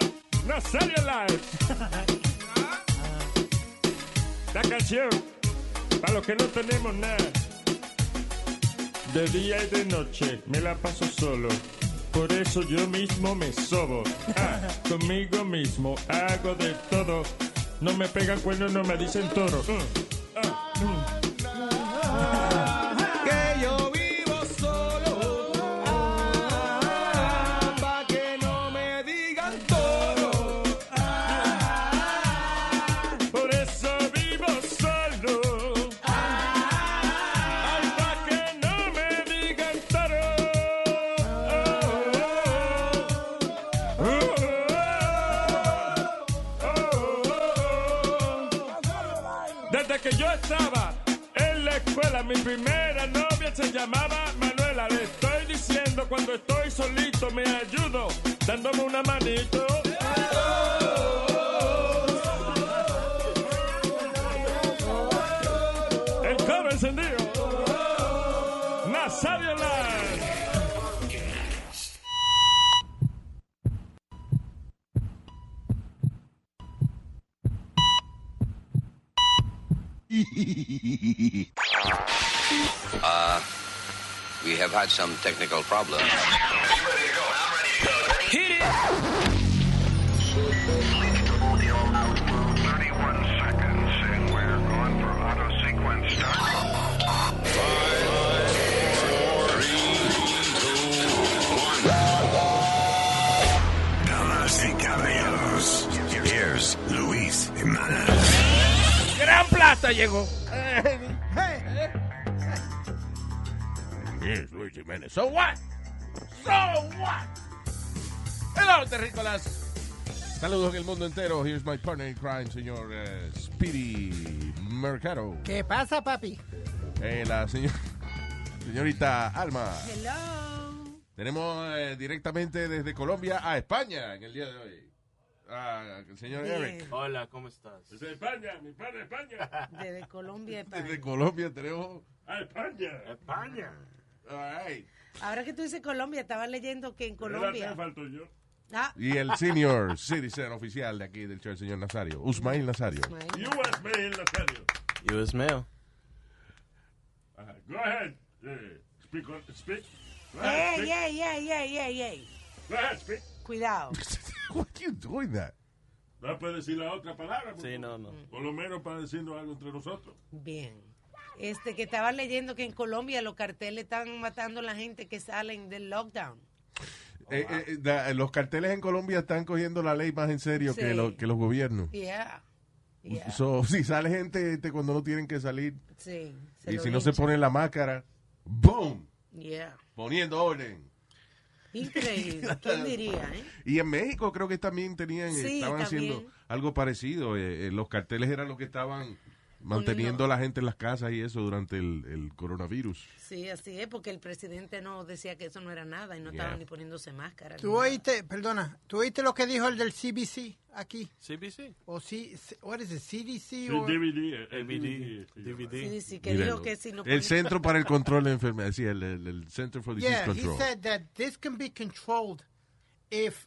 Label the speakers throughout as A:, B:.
A: Just sell your life. La canción para los que no tenemos nada. De día y de noche me la paso solo. Por eso yo mismo me sobo. Ah, conmigo mismo hago de todo. No me pegan cuernos, no me dicen toro. Mm, ah, mm.
B: Que yo vivo solo. Pa' que no me digan todo.
A: Por eso vivo solo. Ay, pa' que no me digan toro. Oh, oh, oh, oh. Desde que yo estaba en la escuela, mi primera novia se llamaba Manuela. Le estoy diciendo cuando estoy solito, me ayudo dándome una manito. El cable encendido. Nazario Live.
C: We have had some technical problems.
D: Damas y caballeros, here's Luis Jimenez.
E: Gran plata llegó. Here's Luis Jimenez. So what? So what? Hello, terrícolas. Saludos en el mundo entero. Here's my partner in crime, señor eh, Speedy Mercado.
F: ¿Qué pasa, papi?
E: Eh, la señor- señorita Alma.
G: Hello.
E: Tenemos eh, directamente desde Colombia a España en el día de hoy. Ah, el señor Eric.
H: Hola, ¿cómo estás?
A: Desde España, mi padre España.
G: Desde Colombia.
E: Desde
G: España.
E: Colombia tenemos.
A: A España.
H: España.
E: All right.
G: Ahora que tú dices Colombia, estaba leyendo que en
A: Era
G: Colombia.
A: que faltó yo.
G: Ah,
E: Y el senior citizen oficial de aquí del show, el señor Nazario. Usmail Nazario.
G: Ismael.
A: USB en la serie.
H: US Mail.
A: Ajá. Go ahead. eh, speak. on- speak. Go
E: Ah,
A: ahead,
G: ey,
A: speak.
G: ey, ey, ey, ey, ey.
A: Go ahead, speak.
G: Cuidado.
E: What are you doing that?
A: No puedes decir la otra palabra. por favor.
H: Sí, no, no.
A: Por lo menos para decirnos algo entre nosotros.
G: Bien. Este, que estaba leyendo que en Colombia los carteles están matando a la gente que salen del lockdown.
E: Eh, eh, eh, da- los carteles en Colombia están cogiendo la ley más en serio
G: Sí.
E: que, lo- que los gobiernos.
G: Yeah. Yeah.
E: So, si sale gente este, cuando no tienen que salir
G: sí.
E: y
G: lo
E: si no se
G: hinchan.
E: ponen la máscara, ¡boom!
G: Yeah.
E: Poniendo orden.
G: Increíble. ¿Quién diría, eh?
E: Y en México creo que también tenían,
G: Sí,
E: estaban
G: también.
E: haciendo algo parecido. eh, eh, los carteles eran los que estaban manteniendo a la gente en las casas y eso durante el, el coronavirus.
G: Sí, así es, porque el presidente no decía que eso no era nada y no
E: Yeah.
G: estaban ni poniéndose máscara. ni
F: ¿Tú
G: nada.
F: oíste, perdona, tú oíste lo que dijo el del CBC aquí?
H: CBC.
F: O C, C- what is it, CDC?
A: Sí,
F: or-
A: DVD. eh,
H: DVD.
A: sí.
G: Sí,
H: DVD.
G: sí, que
E: Míralo.
G: dijo que si no
E: el
G: ponían-
E: Centro para el Control de Enfermedades, sí, el, el- el Center for Disease
F: Yeah, he
E: Control.
F: said that this can be controlled if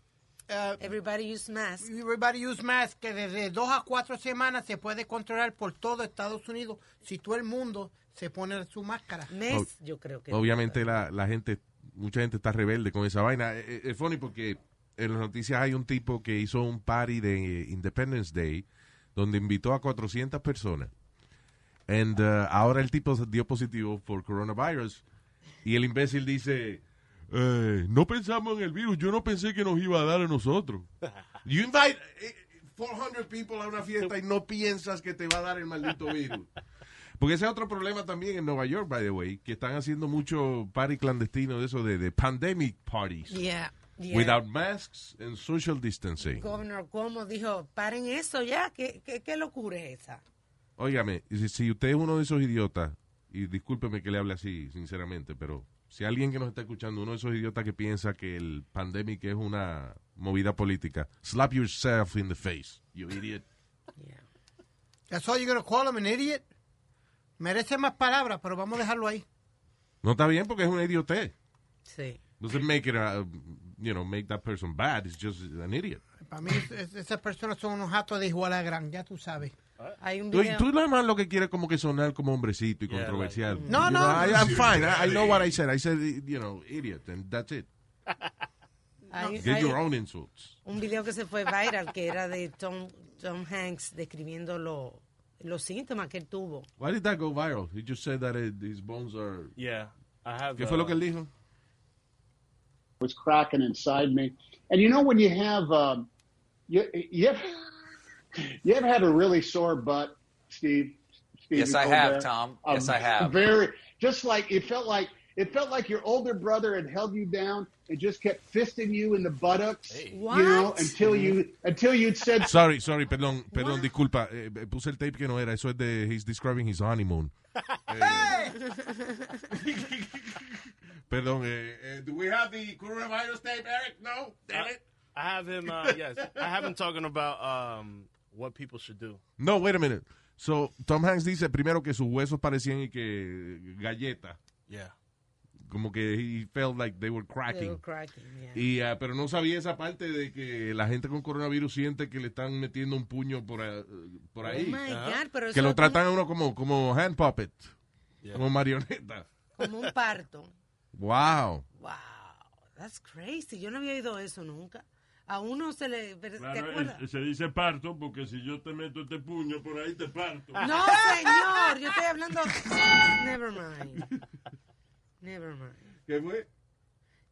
F: uh,
G: Everybody use mask.
F: everybody use masks, que desde dos a cuatro semanas se puede controlar por todo Estados Unidos si todo el mundo se pone su máscara.
G: Mes,
E: Ob-
G: yo creo que.
E: Obviamente la, la gente, mucha gente está rebelde con esa vaina. Eh, eh, Es funny porque en las noticias hay un tipo que hizo un party de eh, Independence Day donde invitó a 400 personas. And uh, ahora el tipo dio positivo por coronavirus y el imbécil dice, eh, no pensamos en el virus, yo no pensé que nos iba a dar a nosotros. You invite eh, 400 people a una fiesta y no piensas que te va a dar el maldito virus. Porque ese es otro problema también en Nueva York, by the way, que están haciendo mucho party clandestino de eso, de, de pandemic parties.
G: Yeah, yeah.
E: Without masks and social distancing.
G: Governor Cuomo dijo, paren eso ya, ¿qué, qué, qué locura es esa?
E: Óigame, si, si usted es uno de esos idiotas, y discúlpeme que le hable así, sinceramente, pero si alguien que nos está escuchando, uno de esos idiotas que piensa que el pandemic es una movida política, slap yourself in the face, you idiot.
G: Yeah.
F: That's all you're gonna call him an idiot. Merece más palabras, pero vamos a dejarlo ahí.
E: No está bien porque es una idiotez.
G: Sí.
E: Doesn't make it, a, you know, make that person bad, it's just an idiot.
F: para mí es- es- esas personas son unos jatos de iguala gran, ya tú sabes.
G: Hay un
E: Tú,
G: video.
E: tú nada más lo que quieres es como que sonar como hombrecito y
H: Yeah,
E: controversial.
F: No,
E: You
F: no.
E: know, I- I'm fine. I, I know what I said. I said, you know, idiot, and that's it.
G: hay-
E: Get
G: hay
E: your own insults.
G: un video que se fue viral que era de Tom, Tom Hanks describiendo lo- los síntomas que él tuvo.
E: Why did that go viral? He just said that eh, his bones are...
H: Yeah. I have. uh,
E: ¿Qué fue lo que él dijo?
I: was cracking inside me. And you know when you have um, you you have, you ever had a really sore butt, Steve? Steve
J: Yes, I have, Tom. Yes, I have.
I: Very just like it felt like it felt like your older brother had held you down and just kept fisting you in the buttocks, you know,
G: What?
I: until you until you'd said
E: Sorry, sorry, perdón, perdón, disculpa. Eh, eh, puse el tape que no era. Eso es de He's Describing His Honeymoon. Eh, perdón. eh, eh, do we have the coronavirus tape, Eric? No? Damn it.
H: I have him. Uh, yes, I have him talking about um, what people should do.
E: No, wait a minute. So, Tom Hanks dice primero que sus huesos parecían y que galleta.
H: Yeah.
E: Como que he felt like they were
G: They
E: cracking.
G: were cracking, yeah.
E: Y, ah, pero no sabía esa parte de que la gente con coronavirus siente que le están metiendo un puño por, ah, por
G: Oh
E: ahí.
G: my God, pero
E: que
G: eso
E: lo
G: es
E: tratan a uno como, como hand puppet,
H: Yeah.
E: como marioneta.
G: como, como un parto.
E: Wow.
G: Wow, that's crazy. Yo no había oído eso nunca. A uno se le. pero- ¿Te
A: Claro,
G: acuerdas?
A: y- y eh, se dice parto porque si yo te meto este puño por ahí te parto.
G: No, señor, yo estoy hablando. Never mind. Never mind.
E: ¿Qué fue?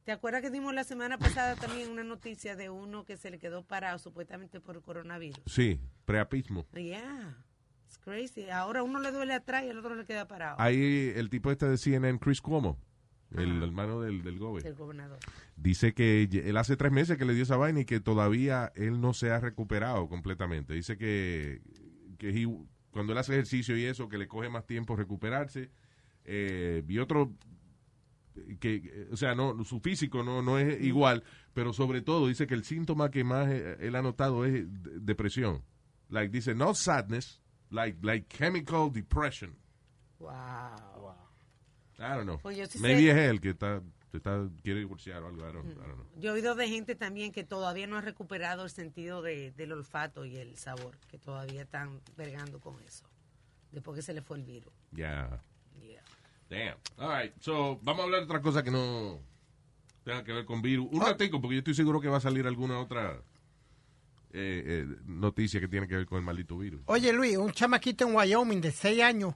G: ¿Te acuerdas que dimos la semana pasada también una noticia de uno que se le quedó parado supuestamente por coronavirus?
E: Sí, preapismo.
G: Yeah, it's crazy. Ahora uno le duele atrás y el otro le queda parado.
E: Ahí el tipo este de CNN, Chris Cuomo, el hermano del, del Gobe,
G: El gobernador.
E: dice que ye- él hace tres meses que le dio esa vaina y que todavía él no se ha recuperado completamente. Dice que, que he- cuando él hace ejercicio y eso, que le coge más tiempo recuperarse. Eh, y otro que, o sea, no, su físico no, no
G: Mm.
E: es igual, pero sobre todo dice que el síntoma que más eh, él ha notado es de- depresión. Like, dice, no sadness, like, like chemical depression.
G: Wow.
E: I don't know.
G: Pues yo sí
E: Maybe
G: sé.
E: es él que está, se está- quiere divorciar o algo. I don't, I don't know.
G: Yo he oído de gente también que todavía no ha recuperado el sentido de- del olfato y el sabor, que todavía están vergando con eso, después que se le fue el virus.
E: Yeah.
G: Yeah.
E: Damn. All right. So, vamos a hablar de otra cosa que no tenga que ver con virus.
F: Ah.
E: Un ratico, porque yo estoy seguro que va a salir alguna otra eh, eh, noticia que tiene que ver con el maldito virus.
F: Oye Luis, un chamaquito en Wyoming de 6 años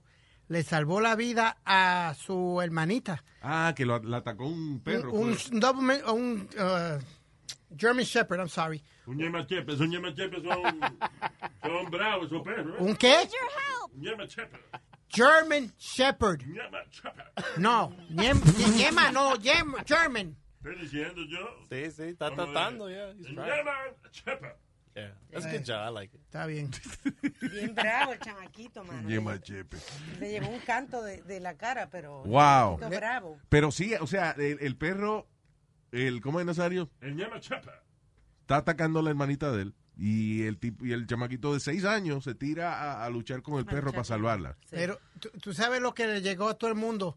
F: le salvó la vida a su hermanita.
E: Ah, que lo, la atacó un perro.
F: un,
E: fue.
F: un Doberman- un, uh, German Shepherd, I'm sorry.
A: Un yemachepe, son yemachepe, son, son bravos, esos perros. ¿eh?
F: ¿Un qué?
A: Un yemachepe,
F: German Shepherd.
A: un yemachepe.
F: No, yem- yema no, yem- German.
A: Estoy diciendo yo.
H: Sí, sí, está
A: Vamos a ver.
H: tratando, yeah. He's
A: Un
H: trying.
A: yemachepe.
H: Yeah. That's good job. I like it.
F: Está bien.
G: Bien bravo el chamaquito, mano.
E: Yeah,
G: le,
E: my chepe.
G: le llevó un canto de, de la cara, pero...
E: Wow.
G: el chamaquito bravo.
E: Pero sí, o sea, el, el perro, el, ¿cómo es Nazario?
A: El yemachepe.
E: Está atacando a la hermanita de él. Y el, tipo, y el chamaquito de seis años se tira a, a luchar con el perro para salvarla.
G: Sí.
F: Pero tú, tú sabes lo que le llegó a todo el mundo,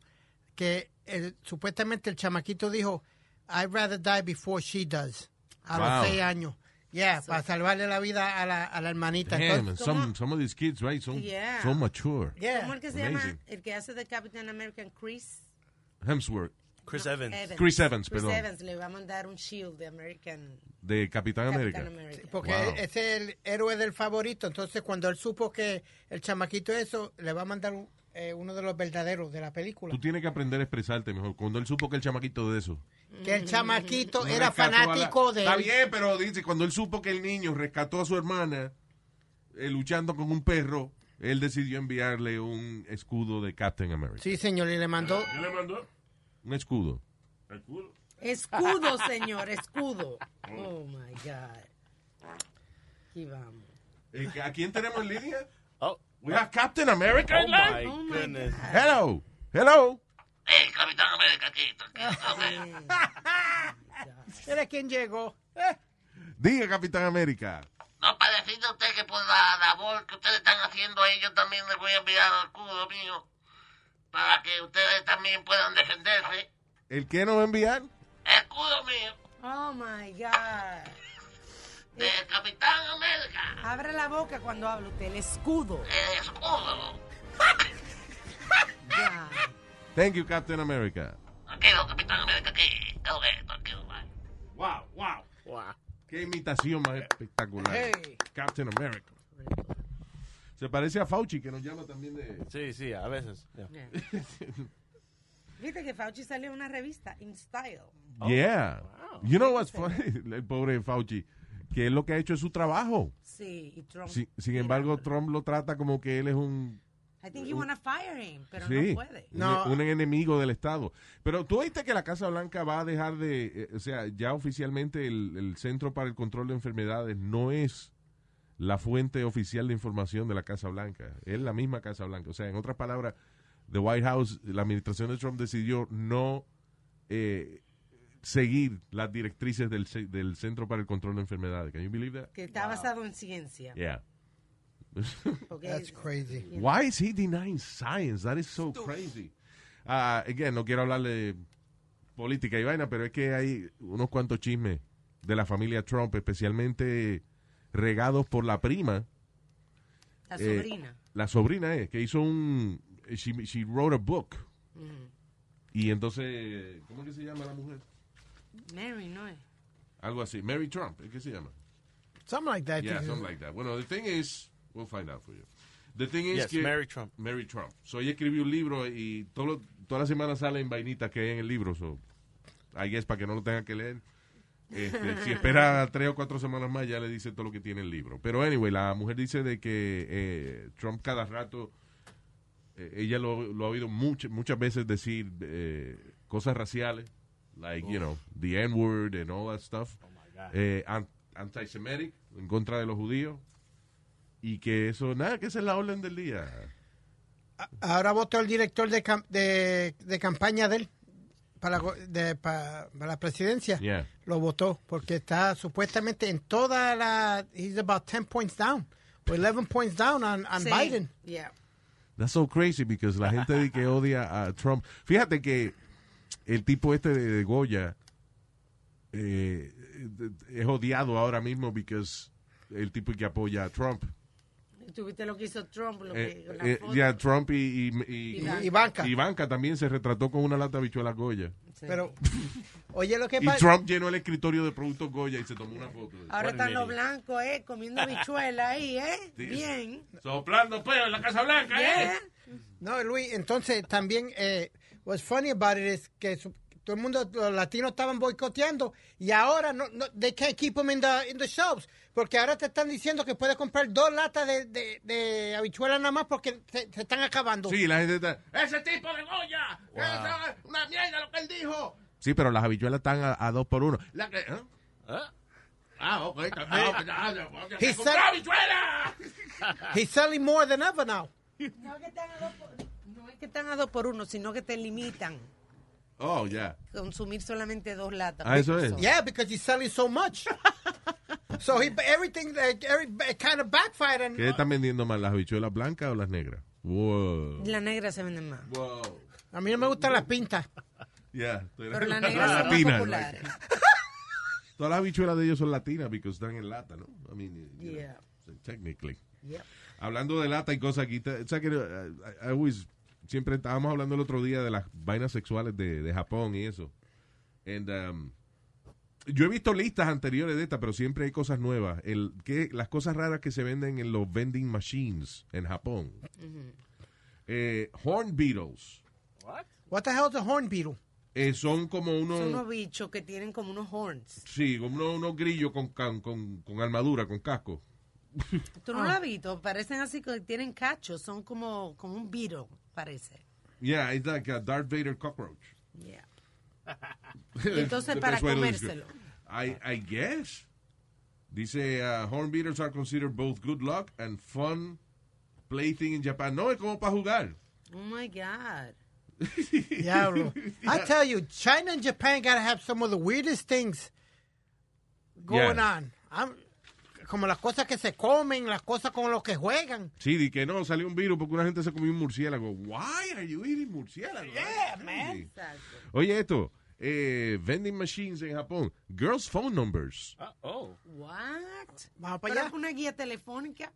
F: que el- supuestamente el chamaquito dijo, I'd rather die before she does, a
E: Wow.
F: los seis años. Yeah, para salvarle la vida a la, a la hermanita.
E: Damn,
F: Entonces,
E: some, some of these kids, right, so,
G: Yeah.
E: so mature.
F: yeah.
G: ¿Cómo el que se
E: Amazing.
G: llama? El que hace de Captain American, Chris
E: Hemsworth,
H: Chris Evans.
G: Evans.
E: Chris Evans,
G: Chris
E: perdón.
G: Evans le va a mandar un shield de American...
E: de Capitán América.
G: Captain America.
F: Porque
E: Wow.
F: es el héroe del favorito. Entonces, cuando él supo que el chamaquito eso, le va a mandar un- eh, uno de los verdaderos de la película.
E: Tú tienes que aprender a expresarte mejor. Cuando él supo que el chamaquito de eso.
F: Que el chamaquito
E: Mm. No
F: era
E: rescató a la-
F: fanático de
E: Está
F: él.
E: bien, pero dice, cuando él supo que el niño rescató a su hermana eh, luchando con un perro, él decidió enviarle un escudo de Captain America.
F: Sí, señor, y le mandó.
E: Ah,
A: ¿Quién le mandó?
E: Un escudo.
A: El culo.
G: Escudo, señor, escudo. Oh, my God. Aquí vamos.
E: Eh, ¿A quién tenemos en línea?
H: Oh,
E: We have Captain America.
H: oh
E: in line.
H: my
G: Oh my
H: goodness.
E: Hello. Hello.
F: Mira quién llegó.
E: Diga, Capitán América.
J: No, para decirle a usted que por la labor que ustedes están haciendo ahí, yo también les voy a enviar al escudo mío para que ustedes también puedan defenderse.
E: ¿El qué nos va a enviar?
J: Escudo mío.
G: Oh my God.
J: de Capitán América.
G: Abre la boca cuando habla usted, el escudo.
J: El escudo.
G: Ya.
E: Thank you, Captain America.
J: Tranquilo, Capitán América, aquí. Ok, tranquilo, bye.
H: Wow, wow, wow.
E: Qué imitación más espectacular.
G: Hey.
E: Captain America. Se parece a Fauci, que nos llama también de...
H: Sí, sí, a veces. yeah.
G: Ya. Viste que Fauci salió en una revista, In Style.
E: yeah. You know what's funny? El pobre Fauci. Que él lo que ha hecho es su trabajo.
G: Sí, y Trump.
E: Si- sin embargo, Trump lo trata como que él es un
G: I think you wanna fire him, pero
E: Sí.
G: no puede.
F: No.
E: Un, un enemigo del Estado. Pero tú oíste que la Casa Blanca va a dejar de, eh, o sea, ya oficialmente el, el Centro para el Control de Enfermedades no es la fuente oficial de información de la Casa Blanca, es la misma Casa Blanca. O sea, en otras palabras, The White House, la administración de Trump decidió no eh, seguir las directrices del, ce- del Centro para el Control de Enfermedades. Can you believe that?
G: Que está basado en ciencia.
E: Yeah.
G: porque
F: That's
G: es-
F: crazy.
E: Why is he denying science? That is so crazy. Ah, again, no quiero hablarle política y vaina, pero es que hay unos cuantos chismes de la familia Trump, especialmente regados por la prima,
G: La
E: Eh,
G: sobrina.
E: la sobrina es, que hizo un... She, she wrote a book.
H: Mm-hmm.
E: Y entonces, ¿cómo que se llama la mujer?
G: Mary, ¿no es?
E: Algo así. Mary Trump, ¿qué se llama?
F: Something like
H: Este
F: that. I
E: Yeah,
F: think.
E: something like that. Bueno, the thing is, we'll find out for you. The thing is
H: Yes,
E: que-
H: Mary Trump.
E: Mary Trump. So ella escribió un libro y todo lo- toda la semana salen vainitas que hay en el libro. So, I guess para que no lo tengan que leer. Este, si espera tres o cuatro semanas más, ya le dice todo lo que tiene el libro. Pero anyway, la mujer dice de que eh, Trump cada rato, eh, ella lo, lo ha oído muchas muchas veces decir eh, cosas raciales, like, you know, the N-word and all that stuff. Eh, an- antisemitic, en contra de los judíos. Y que eso, nada, que esa es la orden del día.
F: Ahora votó el director de, cam- de, de campaña de él para, go- de- pa- para la presidencia.
E: Yeah.
F: Lo votó porque está supuestamente en toda la. He's about 10 points down. O 11 points down on, on
G: Sí.
F: Biden.
G: Yeah.
E: That's so crazy because la gente de que odia a Trump. Fíjate que el tipo este de, de Goya eh, es odiado ahora mismo because el tipo que apoya a Trump.
G: Tuviste lo que hizo Trump, lo
E: Eh,
G: que, la
E: eh,
G: foto.
E: ya Trump y, y, y-
F: Y banca.
E: y Ivanka también se retrató con una lata de bichuela Goya.
G: Sí.
F: Pero. Oye, lo que
E: Y
F: pasa.
E: Trump llenó el escritorio de productos Goya y se tomó una foto.
G: Ahora
E: What an
G: están los
E: idiot.
G: blancos, ¿eh? Comiendo bichuela ahí, ¿eh?
E: Sí.
G: Bien.
E: Soplando peo en la Casa Blanca, ¿eh?
G: Bien.
F: No, Luis, entonces también, eh, what's funny about it is que su- todo el mundo, los latinos estaban boicoteando y ahora no, no, they can't keep them in the, in the shops, porque ahora te están diciendo que puedes comprar dos latas de, de, de habichuelas nada más porque se, se están acabando.
E: Sí, la gente está. ¡Ese tipo de Goya! esa- ¡Una mierda lo que él dijo! Sí, pero las habichuelas están a, a dos por uno. La que- ¿eh?
H: Ah.
E: Ah, ok. está- ah, ok, ah, ok,
F: He
E: se compró
F: said-
E: habichuela!
F: He's selling more than ever now.
G: No, que están a dos por- no es que están a dos por uno, sino que te limitan
E: Oh, ya.
G: consumir solamente dos latas.
E: Ah, eso es.
F: Yeah, because he's selling so much. so he, everything, like, every, it kind of backfired. And,
E: ¿Qué están vendiendo más, las habichuelas blancas o las negras? Wow.
G: Las negras se venden más.
E: Wow.
F: a mí no me gustan las pintas.
E: Yeah.
G: Pero las negras son más
E: Latinas,
G: populares.
E: like. Todas las habichuelas de ellos son latinas porque están en lata, ¿no? I mean, you know,
G: Yeah.
E: so technically.
G: Yep.
E: Hablando de lata y cosas aquí, ta- o sea que eh, I- I always- siempre estábamos hablando el otro día de las vainas sexuales de, de Japón y eso. And, um, yo he visto listas anteriores de esta, pero siempre hay cosas nuevas. El, que, las cosas raras que se venden en los vending machines en Japón. Eh, horn beetles.
F: What the hell is a horn beetle?
E: Eh, son como unos...
G: Son unos bichos que tienen como unos horns.
E: Sí, como unos, unos grillos con, can- con, con armadura, con casco.
G: ¿Tú no lo has visto? Parecen así que tienen cachos. Son como, como un viro, parece.
E: Yeah, it's like a Darth Vader cockroach.
G: Yeah. Y entonces
E: The
G: para
E: best way to describe-
G: comérselo.
E: I, I guess. Dice, uh, horn beaters are considered both good luck and fun plaything in Japan. No, es como para jugar.
G: Oh my God.
F: Diablo. I tell you, China and Japan gotta have some of the weirdest things going
E: Yeah.
F: on. I'm- como las cosas que se comen, las cosas con los que juegan.
E: Sí, di que no, salió un virus porque una gente se comió un murciélago. Why are you eating murciélago? Yeah, man. Oye, esto. eh, vending machines en Japón. Girls' phone numbers.
H: oh.
G: What? Pero
F: Vamos para allá.
G: es una guía telefónica.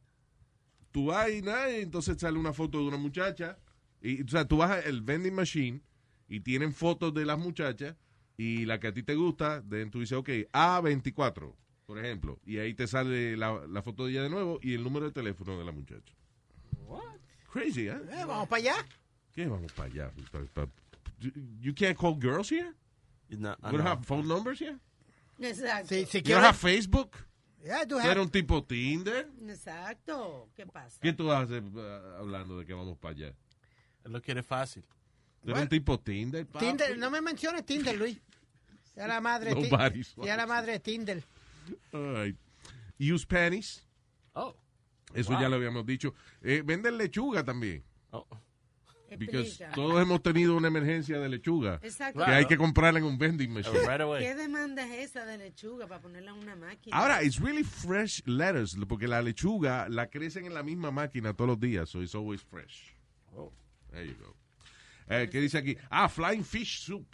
E: Tú vas y nada, y entonces sale una foto de una muchacha. Y, o sea, tú vas al vending machine y tienen fotos de las muchachas y la que a ti te gusta, then tú dices, ok, A24, por ejemplo. Y ahí te sale la, la foto de ella de nuevo y el número de teléfono de la muchacha. Crazy, ¿eh?
F: Eh, vamos para allá.
E: ¿Qué vamos para allá? Pa- pa- You can't call girls here?
H: Ah, No,
E: You don't have phone numbers here?
G: Exacto.
F: Si, si
E: You don't
F: quieres.
E: have Facebook?
F: Yeah, I do
E: ¿Tú
F: have-
E: eres un tipo Tinder?
G: Exacto. ¿Qué pasa?
E: ¿Qué tú haces ah, hablando de que vamos para allá?
H: Lo quiere fácil.
E: ¿Tú eres un tipo Tinder? papi?
F: Tinder, no me menciones Tinder, Luis. Ya la madre de
E: Nobody
F: Tinder.
E: swipes.
F: Ya la madre de Tinder.
E: All right. Use panties.
H: Oh.
E: Eso ya lo habíamos dicho. Eh, venden lechuga también.
H: Oh.
E: Porque
G: Explica.
E: todos hemos tenido una emergencia de lechuga.
G: Exacto.
E: Que hay que comprarla en un vending machine.
H: Right away.
G: ¿Qué demanda es esa de lechuga para ponerla en una máquina?
E: Ahora, it's really fresh lettuce, porque la lechuga la crecen en la misma máquina todos los días, so it's always fresh.
H: Oh.
E: There you go. Eh, ¿Qué dice aquí? Ah, Flying Fish Soup.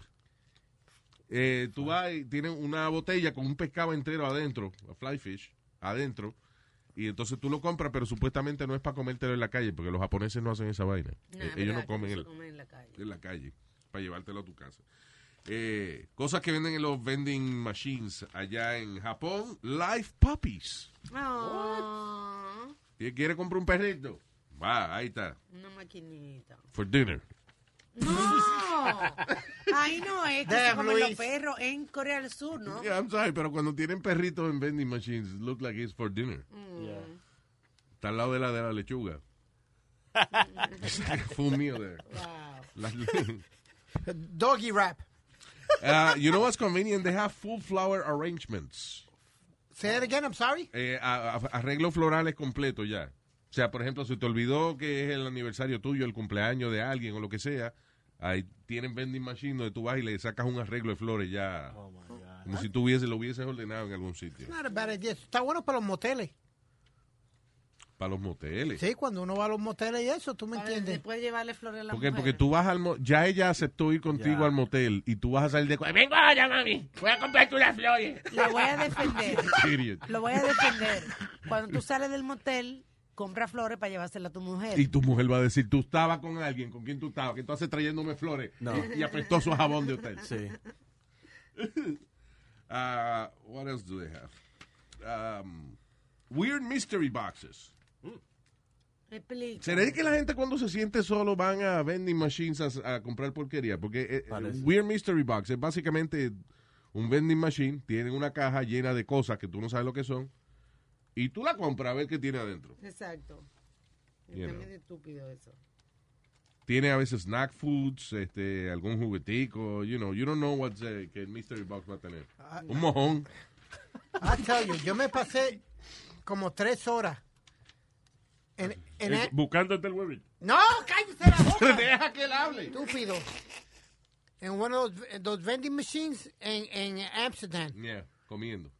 E: Eh, tú
G: Ah.
E: vas y tienes una botella con un pescado entero adentro, a fly fish, adentro, y entonces tú lo compras, pero supuestamente no es para comértelo en la calle, porque los japoneses no hacen esa vaina.
G: Nah,
E: Eh,
G: ¿verdad?
E: ellos no
G: Que
E: comen
G: se
E: el,
G: come en la calle.
E: en la calle para llevártelo a tu casa. Eh, cosas que venden en los vending machines allá en Japón, live puppies.
G: Ah,
E: Si quiere comprar un perrito, va, ahí está,
G: una maquinita.
E: for dinner.
G: No, ahí no es que se
F: Damn,
G: comen los
F: Luis.
G: perros en Corea del Sur, ¿no?
E: Yeah, I'm sorry, pero cuando tienen perritos en vending machines, look like it's for dinner. Está al lado de la de la lechuga. It's like a full meal there. Like-
F: Doggy rap.
E: Uh, you know what's convenient? They have full flower arrangements.
F: Say it again, I'm sorry.
E: Eh, a- a- arreglos florales completos ya. O sea, por ejemplo, si te olvidó que es el aniversario tuyo, el cumpleaños de alguien o lo que sea, ahí tienen vending machine donde tú vas y le sacas un arreglo de flores ya.
H: Oh,
E: Como si tú hubiese- lo hubieses ordenado en algún sitio.
F: Not a bad idea. Está bueno para los moteles.
E: Para los moteles.
F: Sí, cuando uno va a los moteles y eso, tú me
G: Para
F: entiendes.
G: después llevarle flores a la
E: Porque,
G: mujer.
E: porque tú vas al mo- ya ella aceptó ir contigo
H: Ya.
E: al motel y tú vas a salir de cu- vengo allá mami voy a comprarte unas flores
G: Lo voy a defender.
E: Idiot.
G: Lo voy a defender. Cuando tú sales del motel, compra flores para llevársela a tu mujer.
E: y tu mujer va a decir tú estabas con alguien con quién tú estabas que tú haces trayéndome flores
H: No.
E: y, y apestoso jabón de hotel
H: Sí.
E: Ah, what else do they have? Um, weird mystery boxes.
G: Explica.
E: ¿Será que la gente cuando se siente solo van a vending machines a, a comprar porquería? Porque eh,
H: Parece.
E: Weird Mystery Box es básicamente un vending machine, tiene una caja llena de cosas que tú no sabes lo que son, y tú la compras a ver qué tiene adentro.
G: Exacto. Es
E: You know.
G: también estúpido eso.
E: Tiene a veces snack foods, este, algún juguetico, you know, you don't know what's eh, que el mystery box va a tener. un mojón.
F: I tell you, Ah, yo me pasé como tres horas en, en e-
A: Eh, buscándote el huevito.
F: No, cállese la boca,
E: Deja que él hable.
F: estúpido. En uno de los, en los vending machines en, en Amsterdam,
E: Yeah, comiendo.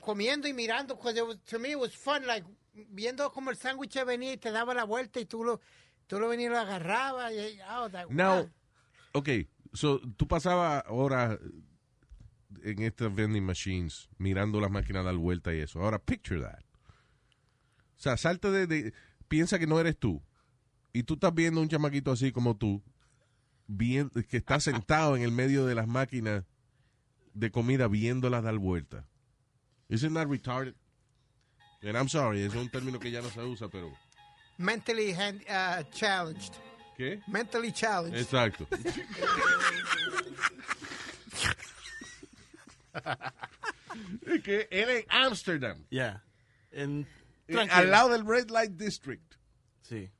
F: comiendo y mirando, because it was, to me it was fun, like, viendo como el sándwich venía y te daba la vuelta y tú lo, tú lo venías y lo agarrabas. Y, I was like,
E: Now,
F: wow.
E: okay, so tú pasabas horas en estas vending machines mirando las máquinas dar vuelta y eso. Ahora, picture that. O sea, salte de, de- Piensa que no eres tú. Y tú estás viendo un chamaquito así como tú, bien, que está sentado en el medio de las máquinas de comida viéndolas dar vuelta. Isn't that retarded? And I'm sorry, es un término que ya no se usa, pero...
F: mentally hand, uh, challenged.
E: ¿Qué?
F: Mentally challenged.
E: Exacto. Es que él en Amsterdam,
H: Yeah. En,
E: eh,
H: tranquilo.
E: al lado del Red Light District,
H: Sí.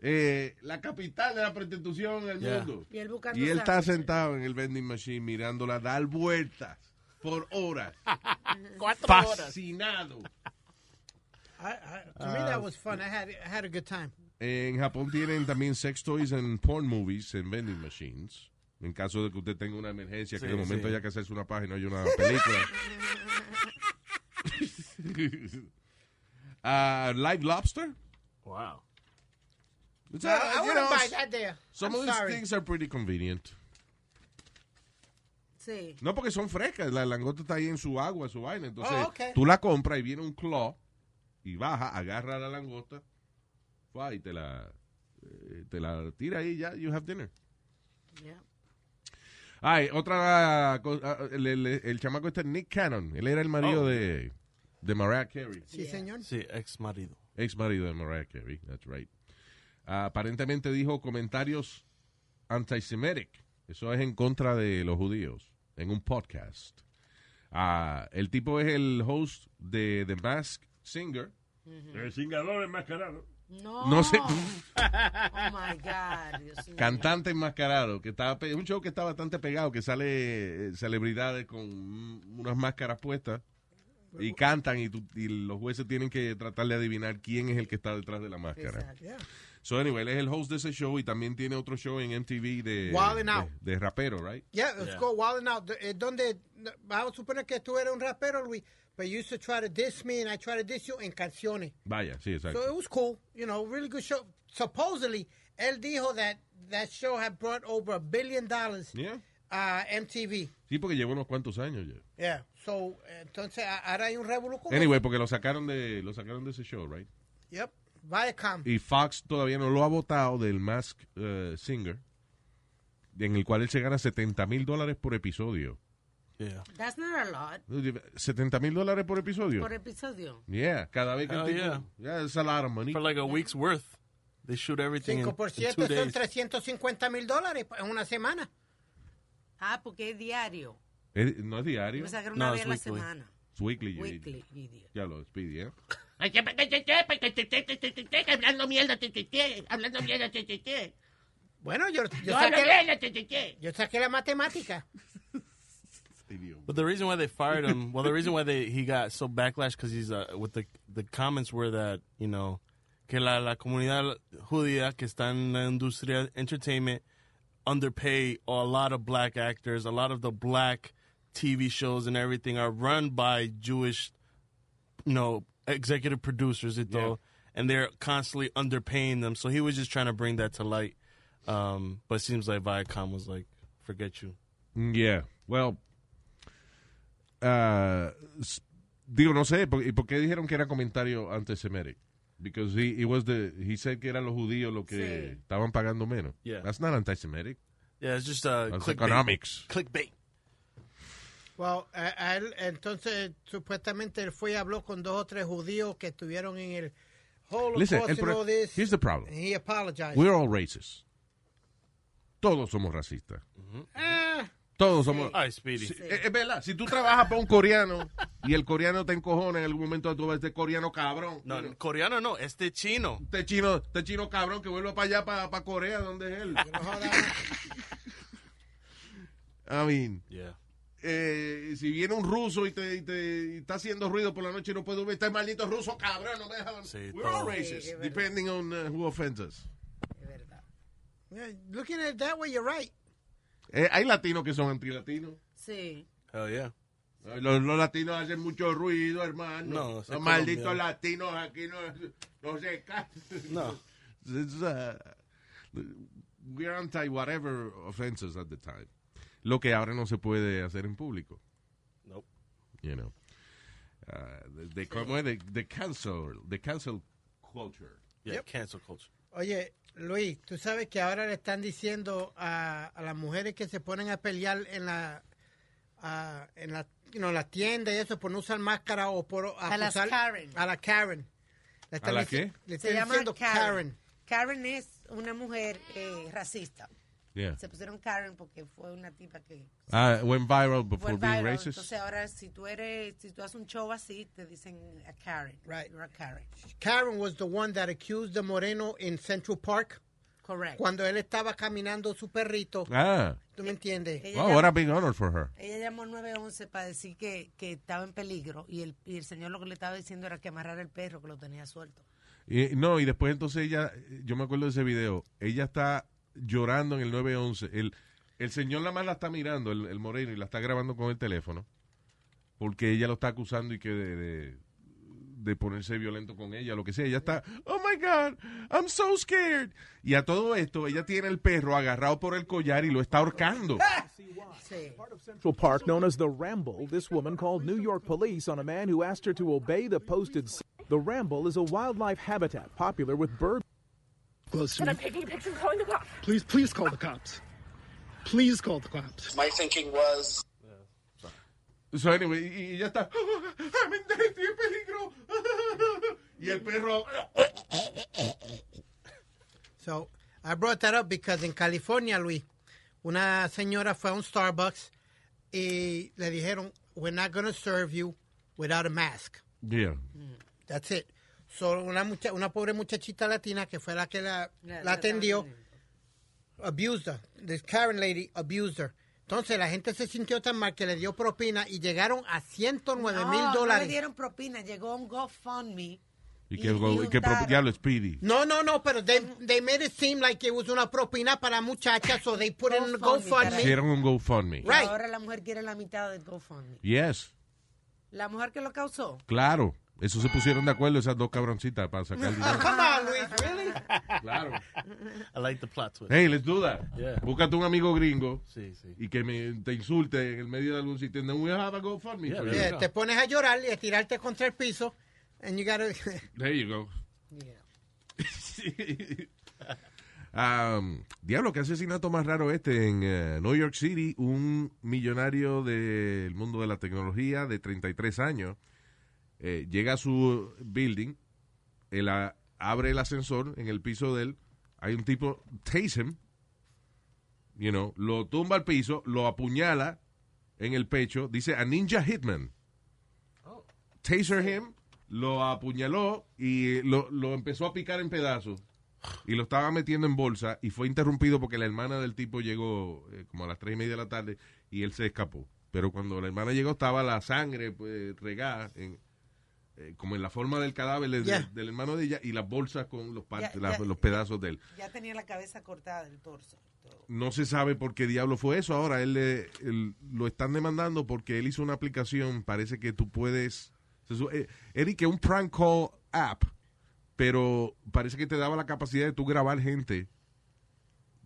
E: eh, la capital de la prostitución del
H: Yeah.
E: mundo.
G: Y él buscando
E: Y él está
G: sándwiches.
E: sentado en el vending machine mirándola dar vueltas por horas,
H: Cuatro
E: fascinado.
F: I, I, to me,
E: Ah.
F: that was fun. I had, I had a good time.
E: En Japón tienen también sex toys and porn movies en vending machines. En caso de que usted tenga una emergencia, que
H: Sí,
E: de momento
H: sí.
E: haya que hacerse una página y una película. Ah, live lobster.
H: Wow.
E: It's, uh,
F: I, I
E: you
F: wouldn't
E: know,
F: buy that there.
E: Some
F: I'm
E: of these
F: sorry.
E: things are pretty convenient.
G: Sí.
E: No, porque son frescas. La langosta está ahí en su agua, su vaina. Entonces,
F: Oh, ok.
E: tú la compras y viene un claw y baja, agarra la langosta fa, y te la, eh, te la tira ahí ya. You have dinner.
G: Yeah.
E: Ay, otra cosa. El, el- el chamaco este, Nick Cannon. Él era el marido
H: Oh.
E: de, de Mariah Carey.
F: Sí, señor.
H: Sí, ex marido.
E: Ex marido de Mariah Carey. That's right. Ah, aparentemente dijo comentarios antisemitic. Eso es en contra de los judíos. En un podcast. Ah, el tipo es el host de The Mask Singer.
A: El cingador enmascarado.
G: No.
E: No sé.
G: Oh my God. Dios mío.
E: Cantante enmascarado, que estaba pe- un show que está bastante pegado, que sale eh, celebridades con un- unas máscaras puestas y cantan y, tú- y los jueces tienen que tratar de adivinar quién es el que está detrás de la máscara.
G: Exacto.
E: So anyway, él es el host de ese show y también tiene otro show en MTV de
F: Wild
E: de,
F: and Out.
E: de rapero, right?
F: Yeah, let's go wild and out. Es donde, vamos a suponer que tú eres un rapero, Luis, but you used to try to diss me and I try to diss you en canciones.
E: Vaya, sí, exacto.
F: So it was cool, you know, really good show. Supposedly, él dijo that that show had brought over a billion dollars
E: Yeah.
F: uh, MTV.
E: Sí, porque lleva unos cuantos años ya.
F: Yeah. So, entonces, a- ahora hay un revolú con
E: Anyway, porque lo sacaron de lo sacaron de ese show, right?
F: eso. Yep. Viacom.
E: y Fox todavía no lo ha votado del Mask eh, Singer, en el cual él se gana 70 mil dólares por episodio.
H: Yeah.
G: That's not a lot.
E: 70 mil dólares por episodio.
G: Por episodio.
E: Yeah, cada vez que el
H: Hell
E: tipo-
H: yeah.
E: Yeah, it's a lot of money.
H: For like a week's worth. They shoot everything in,
F: 5%
H: in two
F: son
H: days.
F: 350 mil dólares en una semana.
G: Ah, porque es diario.
E: Eh, no es
G: Yo
E: diario,
G: pensaba que era
H: No,
G: una vez
H: es
G: a la
H: weekly.
G: semana.
E: es weekly. yo
G: Weekly.
E: diría.
G: idiot.
E: Ya lo despidí, ¿eh?
J: Hablando mierda, hablando mierda,
F: Bueno, yo, yo,
J: yo hablo
F: saqué, la,
J: mierda,
F: yo saqué la matemática.
H: But the reason why they fired him, well, the reason why they he got so backlash because he's uh, with the the comments were that you know que la, la comunidad judía que está en la industria entertainment underpay a lot of black actors, a lot of the black TV shows and everything are run by Jewish, you know, executive producers, you know, and they're constantly underpaying them. So he was just trying to bring that to light. Um, but it seems like Viacom was like, forget you.
E: Yeah, well. ah, s- digo, no sé, ¿por, ¿y por qué dijeron que era comentario antisemitic? Because he, it was the, he said que eran los judíos los que
G: Sí.
E: estaban pagando menos.
H: Yeah.
E: That's not antisemitic.
H: Yeah, it's just uh,
E: That's
H: clickbait.
E: economics.
H: Clickbait.
F: Well, a- a él, entonces, supuestamente él fue y habló con dos o tres judíos que estuvieron en el Holocaust
E: Listen, el
F: and
E: pro-
F: all this.
E: here's the problem.
F: And he apologized.
E: We're all racist. Todos somos racistas.
H: Mm-hmm.
E: Eh.
F: Ah,
E: Todos somos.
H: All right, Speedy.
E: Sí, Es es verdad, si tú trabajas para un coreano y el coreano te encojona en algún momento, tú vas a este coreano cabrón.
H: No,
E: Mira,
H: coreano no, este chino.
E: Este chino, este chino cabrón que vuelve para allá, para, para Corea, donde es él.
F: no jodas.
E: I mean,
H: Yeah.
E: eh, si viene un ruso y te, y te- y está haciendo ruido por la noche y no puede dormir, está el maldito ruso cabrón, no me deja.
H: Sí,
E: We're all
H: todo.
E: racist,
G: Sí, es verdad.
E: depending on uh, who offends us.
G: Es verdad.
F: Yeah, Looking at it that way, you're right.
E: Eh, hay latinos que son antilatinos.
G: Sí.
H: Hell yeah.
E: Eh, Los, los latinos hacen mucho ruido, hermano.
H: No,
E: los
H: soy
E: malditos
H: colombiano.
E: latinos aquí no, no se casan.
H: No.
E: It's, uh, we're anti whatever offenses at the time. Lo que ahora no se puede hacer en público.
H: Nope.
E: You know. Uh, de, ¿Cómo es? De, de cancel. De cancel culture.
H: Yeah, cancel culture.
F: Oye, Luis, tú sabes que ahora le están diciendo a, a las mujeres que se ponen a pelear en la a- en la you know, en la tienda y eso por no usar máscara o por
G: A las Karen.
F: a la Karen. Le están
E: la
F: dici-
E: qué?
F: Le
G: Se
F: están
G: llama
F: diciendo
G: Karen. Karen es una mujer eh, racista.
E: Yeah.
G: Se pusieron Karen porque fue una tipa que
E: Ah, went viral before
G: fue
E: being
G: viral.
E: racist.
G: Entonces ahora si tú eres, si tú haces un show así, te dicen a Karen.
F: Right.
G: You're a Karen.
F: Karen was the one that accused the Moreno in Central Park
G: Correct.
F: cuando él estaba caminando su perrito.
E: ah,
F: ¿Tú me entiendes?
G: Ella
E: wow,
G: llamó-
E: what a big honor for her.
G: Ella llamó al 911 para decir que, que estaba en peligro y el, y el señor lo que le estaba diciendo era que amarrara el perro que lo tenía suelto.
E: Y- no, y después entonces ella, yo me acuerdo de ese video, ella está llorando en el 911. El, el señor nada más la está mirando, el, el moreno, y la está grabando con el teléfono, porque ella lo está acusando y que de, de- de ponerse violento con ella, lo que sea. Ella está, oh my my God, I'm so scared. Y a todo esto, ella tiene el perro agarrado por el collar y lo está ahorcando.
K: Central Park, known as the Ramble, this woman called New York police on a man who asked her to obey the posted. s- The Ramble is a wildlife habitat popular with bird. Close
L: And I'm taking a picture and calling the cops.
K: Please, please call the cops. Please call the cops.
L: My thinking was.
E: So anyway, y, y ya está. "Oh, estoy en peligro. Y el perro.
F: So, I brought that up because in California, Luis, una señora fue a un Starbucks y le dijeron, we're not going to serve you without a mask.
E: Yeah.
F: That's it. So, una, mucha- una pobre muchachita latina que fue la que la,
G: La-
F: la
G: la-
F: atendió, abused her. This Karen lady abused her. Entonces, la gente se sintió tan mal que le dio propina y llegaron a 109 Ah, mil
G: No, no le
F: dólares.
G: dieron propina, llegó un GoFundMe.
E: Y que, y que pro- ya lo Speedy.
F: No, no, no, pero they, they made it seem like it was una propina para muchachas, so they put in GoFundMe.
E: Hicieron un GoFundMe.
G: Y ahora la mujer quiere la mitad del GoFundMe.
E: Yes,
G: La mujer que lo causó.
E: claro. Eso se pusieron de acuerdo esas dos cabroncitas para sacar el dinero.
F: Come on, Luis, really?
E: Claro.
H: I like the plot twist.
E: Hey, let's do that.
H: Yeah.
E: Búscate un amigo gringo
H: Sí, sí.
E: y que me, te insulte en el medio de algún sitio. No, we have a GoFundMe for you.
F: Yeah, Eh, te pones a llorar y a tirarte contra el piso, and you gotta...
E: There you go. Um, diablo, qué asesinato más raro este en eh, New York City. Un millonario del mundo de la tecnología de 33 años eh, llega a su building, él a- abre el ascensor en el piso de él. Hay un tipo, tase him, you know, lo tumba al piso, lo apuñala en el pecho. Dice a ninja hitman.
G: Oh.
E: Taser him, lo apuñaló y lo, lo empezó a picar en pedazos. Y lo estaba metiendo en bolsa y fue interrumpido porque la hermana del tipo llegó eh, como a las tres y media de la tarde y él se escapó. Pero cuando la hermana llegó estaba la sangre pues, regada en- eh, como en la forma del cadáver de-
G: Yeah.
E: del hermano de ella y las bolsas con los, partes-
G: Ya,
E: las-
G: ya.
E: los pedazos de él.
G: Ya tenía la cabeza cortada del torso.
E: No se sabe por qué diablo fue eso. Ahora él, le- él- lo están demandando porque él hizo una aplicación. Parece que tú puedes. se su- eh, Eric, que un prank call app, pero parece que te daba la capacidad de tú grabar gente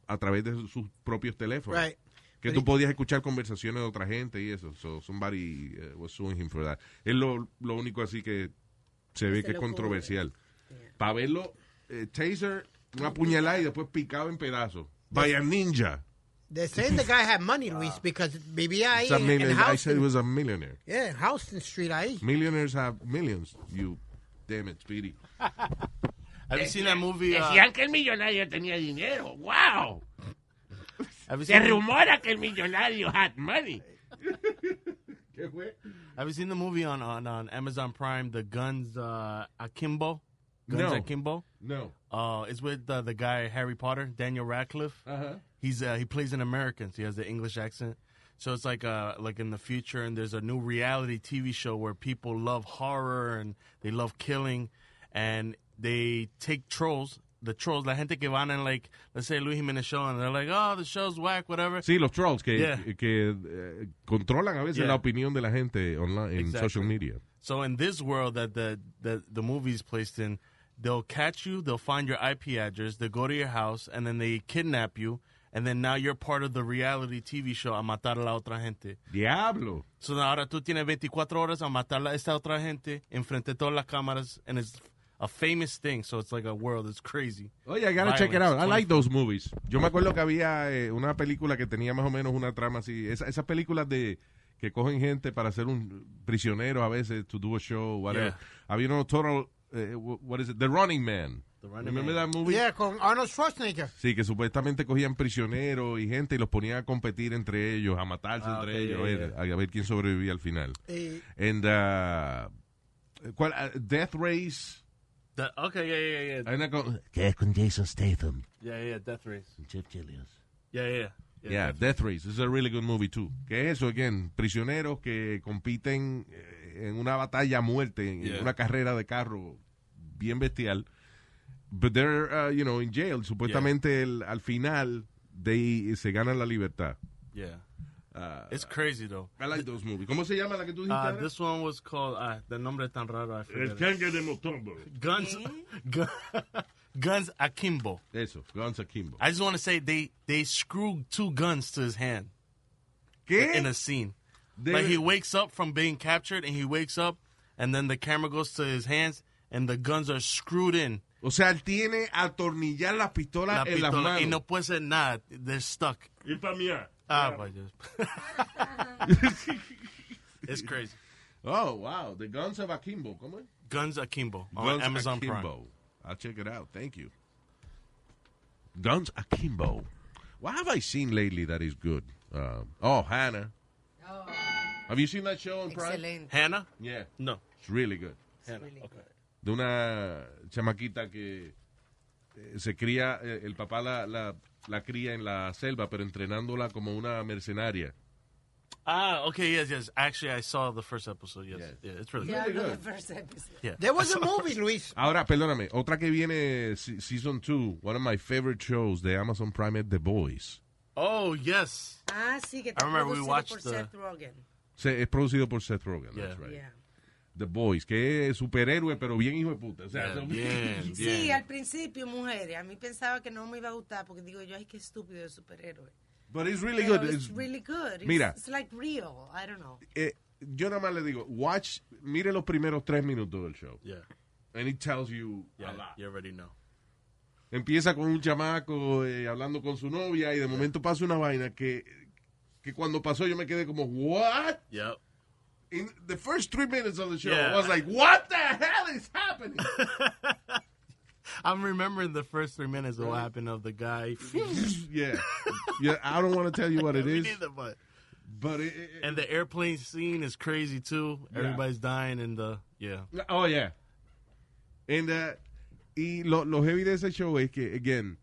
E: a través de sus propios teléfonos.
F: Right.
E: Que tú podías escuchar conversaciones de otra gente y eso. So somebody eh, was suing him for that. Es lo, lo único así que se ve
F: se
E: que es
F: le ocurre.
E: controversial. Para verlo, eh, Taser, una puñalada y después picado en pedazos. Vaya ninja.
F: They saying the guy had money, Luis, because vivía ahí
E: It's a
F: en, en
E: million- I said it
F: Houston.
E: was a millionaire.
F: Yeah, en Houston Street ahí.
E: Millionaires have millions. You damn it, Speedy.
H: Have you seen that movie? uh,
M: Decían que el millonario tenía dinero. ¡Wow!
H: have you
M: Se
H: seen-
M: rumora que el millonario had money.
H: Have you seen the movie on on, on Amazon Prime, The Guns uh, Akimbo? Guns
E: No.
H: Akimbo.
E: No.
H: Uh, it's with uh, the guy Harry Potter, Daniel Radcliffe.
E: Uh-huh.
H: He's uh, he plays an American, so he has the English accent. So it's like uh like in the future, and there's a new reality TV show where people love horror and they love killing, and they take trolls. The trolls, la gente que van and like, let's say Luis Jimenez show, and they're like, oh, the show's whack, whatever.
E: Sí, los trolls que,
H: Yeah.
E: que eh, controlan a veces
H: Yeah.
E: la opinión de la gente online, en
H: Exactly.
E: social media.
H: So in this world that the the the movie's placed in, they'll catch you, they'll find your IP address, they'll go to your house, and then they kidnap you, and then now you're part of the reality TV show A Matar a la Otra Gente.
E: Diablo.
H: So now ahora tú tienes 24 horas a matar a esta otra gente enfrente de todas las cámaras, and it's a famous thing, so it's like a world, it's crazy.
E: Oye, Oh, I gotta check it out.
H: Violence,
E: I like those movies. Yo me acuerdo que había eh, una película que tenía más o menos una trama así. Esa- esas películas de que cogen gente para ser un prisionero a veces, to do a show, whatever.
H: Yeah.
E: Había uno total, eh, what is it? The Running Man.
H: The Running
E: Remember
H: Man.
E: that movie?
F: Yeah, con Arnold Schwarzenegger.
E: Sí, que supuestamente cogían prisioneros y gente y los ponían a competir entre ellos, a matarse
H: Ah,
E: entre
H: ok,
E: ellos,
H: yeah,
E: eh, a ver quién sobrevivía al final.
F: Y-
E: And, uh, ¿cuál? Ah, Death Race.
H: The- okay, yeah, yeah, yeah.
E: Hay una co-
N: ¿Qué es con Jason Statham?
H: Yeah, yeah, Death Race.
N: Chip Chilios.
H: Yeah, yeah.
E: Yeah, Death Race. This is a really good movie too. Que eso, again, prisioneros que compiten eh, en una batalla a muerte, en
H: Yeah.
E: una carrera de carro bien bestial. But they're, uh, you know, in jail. Supuestamente el- al final they, se ganan la libertad.
H: Yeah. Uh,
E: Ah,
H: It's crazy though.
E: I like those movies. ¿Cómo se llama la que tú dijiste?
H: Uh,
E: ahora?
H: this one was called. Uh, the nombre es tan raro. I forget
E: El
H: it.
E: Tango de Motombo.
H: Guns,
E: Mm-hmm.
H: gun, guns akimbo.
E: Eso, guns akimbo.
H: I just want to say they they screwed two guns to his hand.
E: ¿Qué?
H: In a scene,
E: They-
H: like he wakes up from being captured, and he wakes up, and then the camera goes to his hands, and the guns are screwed in.
E: O sea, él tiene atornillar la pistola
H: La
E: Ah, en las
H: pistola,
E: manos.
H: y no puede ser nada. They're stuck.
A: Y pa' mía.
H: Ah, my Dios. It's crazy.
E: Oh, wow. The Guns of Akimbo. ¿Cómo es?
H: Guns Akimbo on
E: Guns
H: Amazon Prime.
E: Akimbo. I'll check it out. Thank you. Guns Akimbo. What have I seen lately that is good? Um, oh, Hannah.
G: Oh.
E: Have you seen that show on Prime?
G: Excelente.
H: Hannah?
E: Yeah.
H: No.
E: It's really good.
H: Hannah. Okay.
E: De una chamaquita que eh, se cría, eh, el papá la, la, la cría en la selva, pero entrenándola como una mercenaria.
H: Ah, okay, yes, yes. Actually, I saw the first episode. Yes, yeah, it's really
G: Yeah, I
H: good.
G: know the first episode.
H: Yeah.
F: There was a movie, Luis.
E: Ahora, perdóname, otra que viene se- season 2, one of my favorite shows de Amazon Prime es The Boys.
H: Oh yes.
G: Ah, sí, que
H: I
G: está
H: remember we
G: producido
H: watched
G: por
H: the-
G: Seth Rogen.
E: Se, es producido por Seth Rogen, that's right.
G: Yeah.
E: The Boys, que es superhéroe, pero bien hijo de puta. O sea,
H: Yeah,
E: son-
H: bien,
G: Sí, al principio, mujeres. A mí pensaba que no me iba a gustar porque digo yo, ay, qué estúpido de superhéroe.
E: But it's really
G: Pero
E: good.
G: It's,
E: It's-
G: really good. It's-
E: Mira.
G: It's like real. I don't know.
E: eh, yo nada más le digo, watch, mire los primeros tres minutos del show.
H: Yeah.
E: And it tells you a lot.
H: You already know.
E: Empieza con un chamaco eh, hablando con su novia y de momento pasa una vaina que, que cuando pasó yo me quedé como, what?
H: Yep.
E: In the first three minutes of the show,
H: Yeah.
E: I was like, what the hell is happening?
H: I'm remembering the first three minutes of what happened of the guy.
E: yeah. yeah. I don't want to tell you what it
H: Me
E: is.
H: neither, but
E: but it, it-
H: and the airplane scene is crazy too.
E: Yeah.
H: Everybody's dying and the yeah.
E: Oh, yeah. And, uh, y lo, lo heavy de ese show es que, again,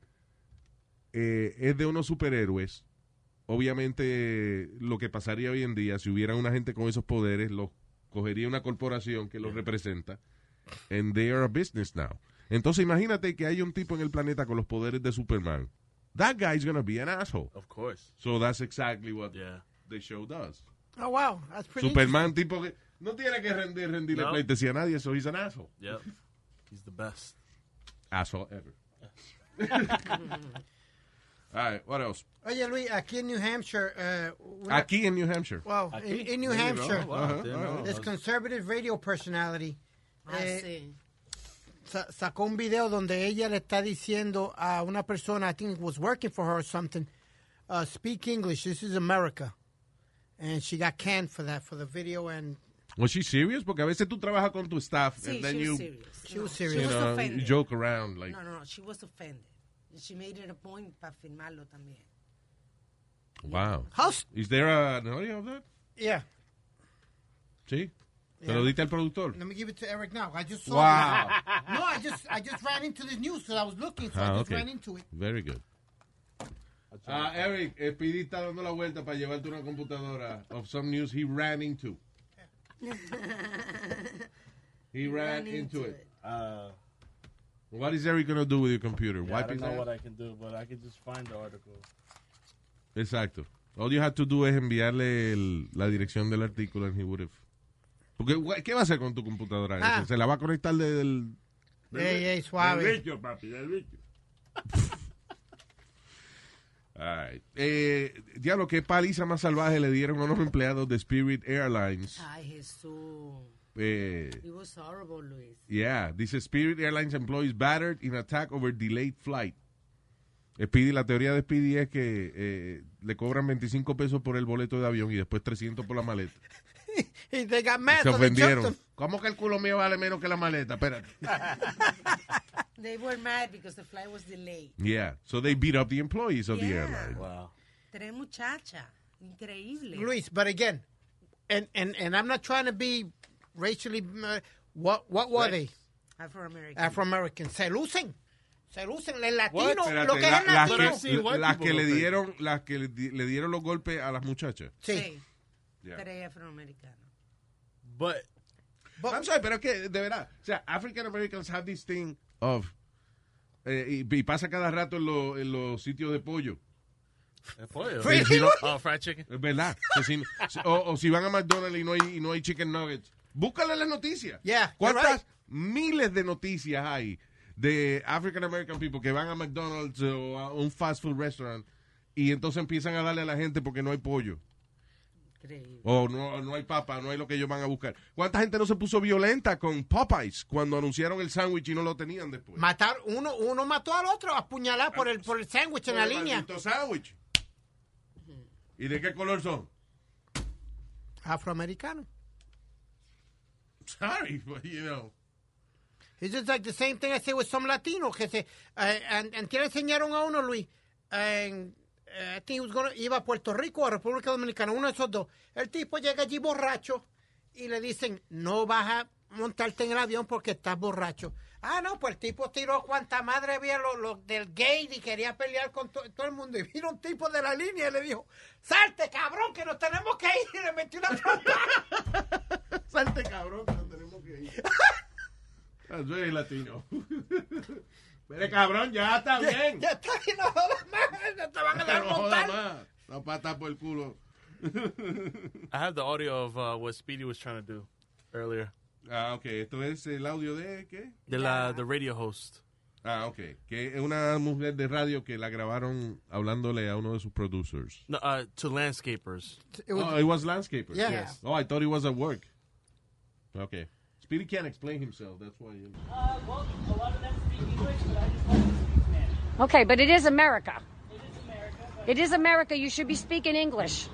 E: eh, es de unos superhéroes. Obviamente, lo que pasaría hoy en día, si hubiera una gente con esos poderes, los cogería una corporación que los representa. And they are a business now. Entonces, imagínate que hay un tipo en el planeta con los poderes de Superman. That guy's gonna be an asshole.
H: Of course.
E: So that's exactly what
H: Yeah.
E: the show does.
F: Oh, wow. That's pretty
E: Superman, tipo que no tiene que rendir, rendirle
H: No.
E: pleitesía a nadie, so he's an asshole.
H: Yep. He's the best.
E: Asshole ever. All right, what else?
F: Oye, Luis, aquí en New Hampshire. eh, una-
E: Aquí en New Hampshire.
F: Wow, in,
E: Aquí.
F: in New
E: There you go.
F: Hampshire.
E: Oh, wow. There you go.
F: This conservative radio personality.
G: Ah,
F: eh,
G: sí.
F: sa- sacó un video donde ella le está diciendo a una persona, I think was working for her or something, uh, speak English, this is America. And she got canned for that, for the video, and
E: Was she serious? Porque a veces tú trabajas con tu staff
G: Sí,
E: and then
G: she
E: you,
G: was serious.
F: She was
G: No,
F: serious.
E: you
G: She was
E: know, you
G: offended.
E: joke around like
G: No, no, no. She was offended. She made it a point para firmarlo también.
E: wow.
F: how,
E: Is there an audio of that?
F: yeah.
E: Sí.
F: Yeah.
E: Te lo diste al productor.
F: Let me give it to Eric now. I just saw
E: Wow.
F: it. No, I just I just ran into this news because I was looking, so I
E: Ah,
F: just
E: okay.
F: ran into it.
E: Very good. Ah, Eric, Speedy está dando la vuelta para llevarte una computadora of some news he ran into. He ran, into, it.
H: Uh,
E: What is Eric going to do with your computer?
H: yeah, I
E: Wipe
H: don't
E: his
H: know
E: ass?
H: what I can do, but I can just find the article.
E: Exacto. All you have to do es enviarle el- la dirección del artículo and he would have... Porque, gua- ¿qué va a hacer con tu computadora?
F: Ah.
E: ¿Se la va a conectar desde el...?
F: Ey, ey, suave.
A: Del bicho, papi, del bicho.
E: All right. Eh, diablo, qué paliza más salvaje le dieron a unos empleados de Spirit Airlines.
G: Ay, Jesús.
E: Eh,
G: It was horrible, Luis.
E: yeah, dice Spirit Airlines employees battered in attack over delayed flight. Eh, Speedy, la teoría de Speedy es que eh, le cobran 25 pesos por el boleto de avión y después 300 por la maleta.
F: Y they got
E: Se
F: mad, so they jumped
E: ofendieron.
F: them.
E: ¿Cómo que el culo mío vale menos que la maleta? Espérate.
G: They were mad because the flight was delayed.
E: Yeah, so they beat up the employees of the
G: Yeah.
E: airline.
H: Wow.
G: Tres muchachas. Increíble.
F: Luis, but again, and and and I'm not trying to be racially. uh, what what were they?
G: Afro-American.
F: Afro American. Se lucen, se lucen. El latino,
E: What? Espérate,
F: lo que es el
E: la- las
F: latino.
E: que- las que le dieron, las que le, di- le dieron los golpes a las muchachas.
F: sí.
E: Yeah.
G: Tres afroamericanos.
H: But
E: I'm sorry, pero es que de verdad, o sea, African Americans have this thing of eh, y, y pasa cada rato en, lo- en los sitios de pollo
H: El pollo.
E: Sí, si no-
H: Oh, fried chicken.
E: Es verdad. Que si- si- o, o si van a McDonald's y no hay, y no hay chicken nuggets. Búscale las noticias.
F: Yeah, you're
E: ¿Cuántas
F: right.
E: miles de noticias hay de African American people que van a McDonald's o a un fast food restaurant y entonces empiezan a darle a la gente porque no hay pollo? O no, no hay papa, no hay lo que ellos van a buscar. ¿Cuánta gente no se puso violenta con Popeyes cuando anunciaron el sándwich y no lo tenían después?
F: Matar uno, uno mató al otro a apuñalar por el por el sándwich en la
E: Por el
F: línea.
E: maldito sándwich. ¿Y de qué color son?
F: Afroamericano.
E: Sorry, but you know.
F: It's just like the same thing I say with some Latinos que se eh, an- antier enseñaron a uno Luis en- eh, I think he was gonna- iba a Puerto Rico o a República Dominicana, uno de esos dos. El tipo llega allí borracho y le dicen, no vas a montarte en el avión porque estás borracho. Ah, no, pues el tipo tiró cuanta madre había los del gay y quería pelear con to- todo el mundo. Y vino un tipo de la línea y le dijo, salte cabrón, que nos tenemos que ir. Y le metió una trompa.
E: salte cabrón, que nos tenemos que ir. Ah, Yo soy latino. Pero cabrón, ya está bien.
F: Ya está bien, no jodas más. No te van a dar
E: No jodas
F: montar.
E: más. La pata por el culo.
H: I have the audio of uh, what Speedy was trying to do earlier.
E: Ah, ok. Esto es el audio de qué?
H: De la the radio host.
E: Ah, ok. Que es una mujer de radio que la grabaron hablándole a uno de sus producers.
H: No, uh, to landscapers.
E: oh, it was landscaper.
H: Yeah. Yes.
E: Oh, I thought it was at work. Okay. Speedy can't explain himself. That's why. he-
O: Okay, but it is America. It is America. You should be speaking English.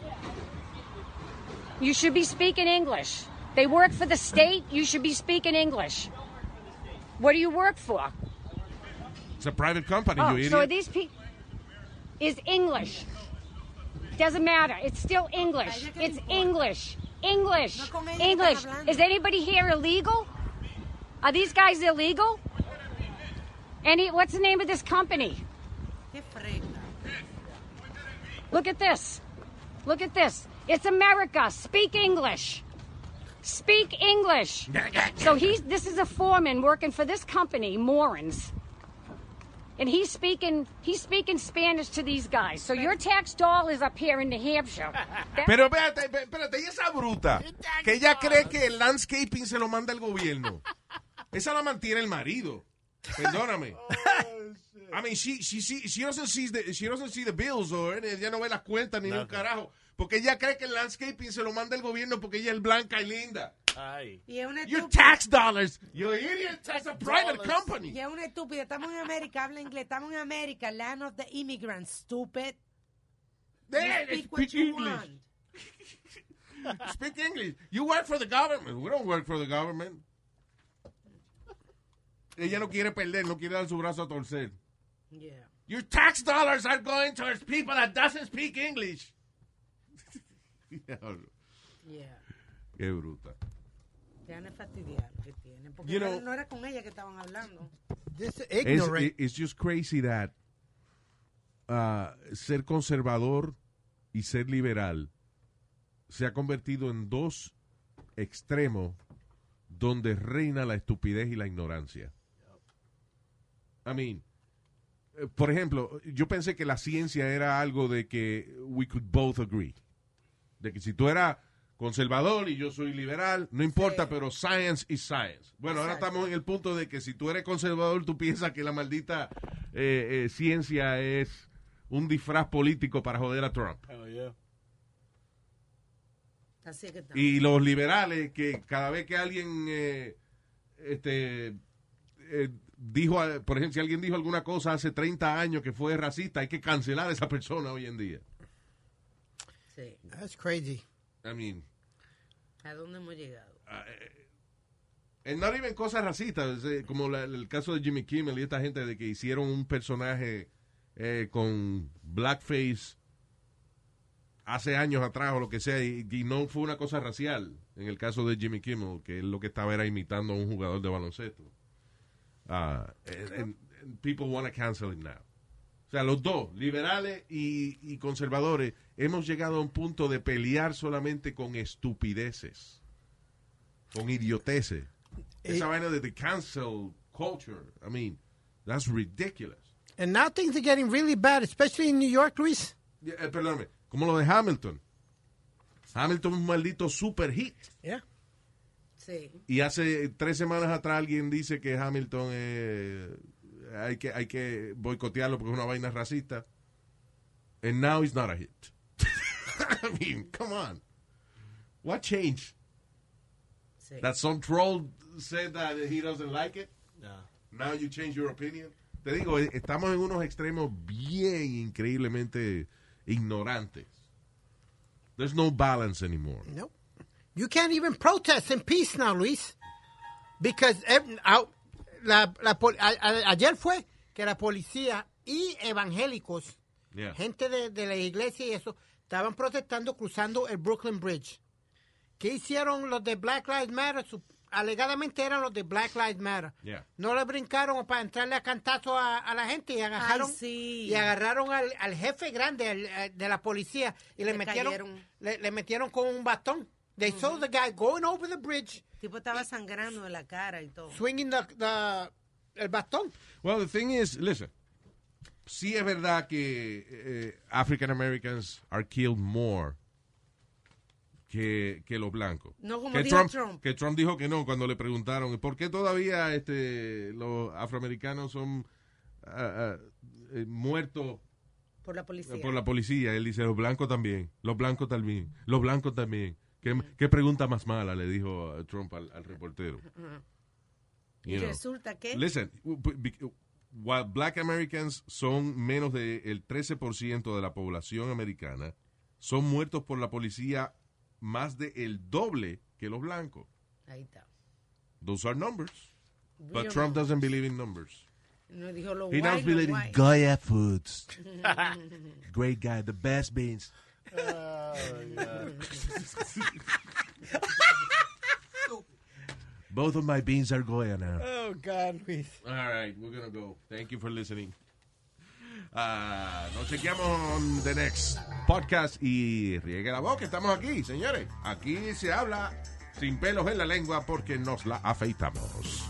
O: You should be speaking English. They work for the state. You should be speaking English. What do you work for?
E: It's a private company,
O: Oh,
E: you
O: so are
E: idiot.
O: these people is English. Doesn't matter. It's still English. It's English. English. English. Is anybody here illegal? Are these guys illegal? Any what's the name of this company?
G: Qué frega.
O: Look at this. Look at this. It's America. Speak English. Speak English. So he's this is a foreman working for this company, Morins. And he's speaking he's speaking Spanish to these guys. So your tax dollars is up here in New Hampshire. That-
E: Pero espérate, espérate, y esa bruta que ella cree que el landscaping se lo manda el gobierno. Esa la mantiene el marido. Perdóname. I mean, she, she, she, she, doesn't see the, she doesn't see the bills or any- ella no ve las cuentas ni un carajo. Porque ella cree que el landscaping se lo manda el gobierno porque ella es blanca y linda.
G: Y es una
E: Your
G: estúpida.
E: tax dollars, you idiot, that's a private
G: Dollars.
E: company.
G: Y es una estúpida. Estamos en América, habla inglés. Estamos en América, land of the immigrants, stupid. You
E: There,
G: speak
E: speak
G: what you
E: English.
G: want.
E: Speak English. You work for the government. We don't work for the government. Ella no quiere perder, no quiere dar su brazo a torcer.
G: Yeah.
E: Your tax dollars are going towards people that doesn't speak English.
G: Yeah.
E: Qué bruta.
G: Te van a fastidiar lo que tienen. Porque
E: You
G: no,
E: know-
G: no era con ella que estaban hablando.
E: It's, it's eh, just crazy that uh, ser conservador y ser liberal se ha convertido en dos extremos donde reina la estupidez y la ignorancia. I mean, eh, por ejemplo, yo pensé que la ciencia era algo de que we could both agree. De que si tú eras conservador y yo soy liberal, no importa, pero science is science. Bueno, ahora
P: Exacto.
E: estamos en el punto de que si tú eres conservador, tú piensas que la maldita eh, eh, ciencia es un disfraz político para joder a Trump.
H: Oh, yeah.
G: Así es que estamos.
E: Y los liberales, que cada vez que alguien eh, este, eh, dijo, a- por ejemplo, si alguien dijo alguna cosa hace 30 años que fue racista, hay que cancelar a esa persona hoy en día.
G: Sí.
F: That's crazy.
E: I mean,
G: ¿A dónde hemos llegado?
E: eh, no even cosas racistas, eh, como la- el caso de Jimmy Kimmel y esta gente de que hicieron un personaje eh, con blackface hace años atrás o lo que sea, y, y no fue una cosa racial. En el caso de Jimmy Kimmel, que él lo que estaba era imitando a un jugador de baloncesto. Ah, and- and- and people want to cancel it now. O sea, los dos, liberales y, y conservadores, hemos llegado a un punto de pelear solamente con estupideces, con idioteces. Esa vaina de the cancel culture, I mean, that's ridiculous.
F: And now things are getting really bad, especially in New York, Luis.
E: eh, perdóname, como lo de Hamilton. Hamilton es un maldito super hit.
G: Sí.
E: Y hace tres semanas atrás alguien dice que Hamilton eh, hay, que, hay que boicotearlo porque es una vaina racista. And now it's not a hit. I mean, come on. What changed? That some troll said that he doesn't like it? Now you change your opinion? Te digo, eh, estamos en unos extremos bien increíblemente ignorantes. There's no balance anymore.
F: No. You can't even protest in peace now, Luis. Because ev- a- la- la pol- a- a- ayer fue que la policía y evangélicos,
E: Yeah.
F: gente de, de la iglesia y eso, estaban protestando cruzando el Brooklyn Bridge. ¿Qué hicieron los de Black Lives Matter? Su- alegadamente eran los de Black Lives Matter.
E: Yeah.
F: No le brincaron para entrarle a cantazo a, a la gente y agarraron y agarraron al, al jefe grande al- al- de la policía y le,
G: Le
F: metieron
G: cayeron.
F: le, le metieron con un bastón. They saw the guy going over the bridge,
G: tipo estaba sangrando en la cara y todo.
F: swinging the, the- el bastón.
E: Well, the thing is, listen, sí es verdad que eh, African Americans are killed more que, que los blancos.
G: No, como
E: que
G: dijo Trump.
E: Que Trump dijo que no cuando le preguntaron por qué todavía este, los afroamericanos son ah, ah, eh, muertos eh,
G: Por la policía.
E: por la policía. Él dice, los blancos también, los blancos también, los blancos también. ¿Qué, qué pregunta más mala? Le dijo eh, Trump al, al reportero.
G: Ujú.
E: You
G: Y
E: know.
G: resulta que.
E: Listen, b- b- while black Americans son menos del 13% de la población americana, son muertos por la policía más del el doble que los blancos.
G: Ahí está.
E: Those are numbers. But
G: Real
E: Trump
G: numbers.
E: doesn't believe in numbers.
G: No dijo lo
N: He
G: guay,
N: knows
G: lo
N: believing
G: guay.
N: Goya Foods. Great guy, the best beans. Both of my beans are Goya now.
F: Oh, God, Luis.
E: All right, we're going to go. Thank you for listening. Ah, nos chequeamos on the next podcast y riegue la voz que estamos aquí, señores. Aquí se habla sin pelos en la lengua porque nos la afeitamos.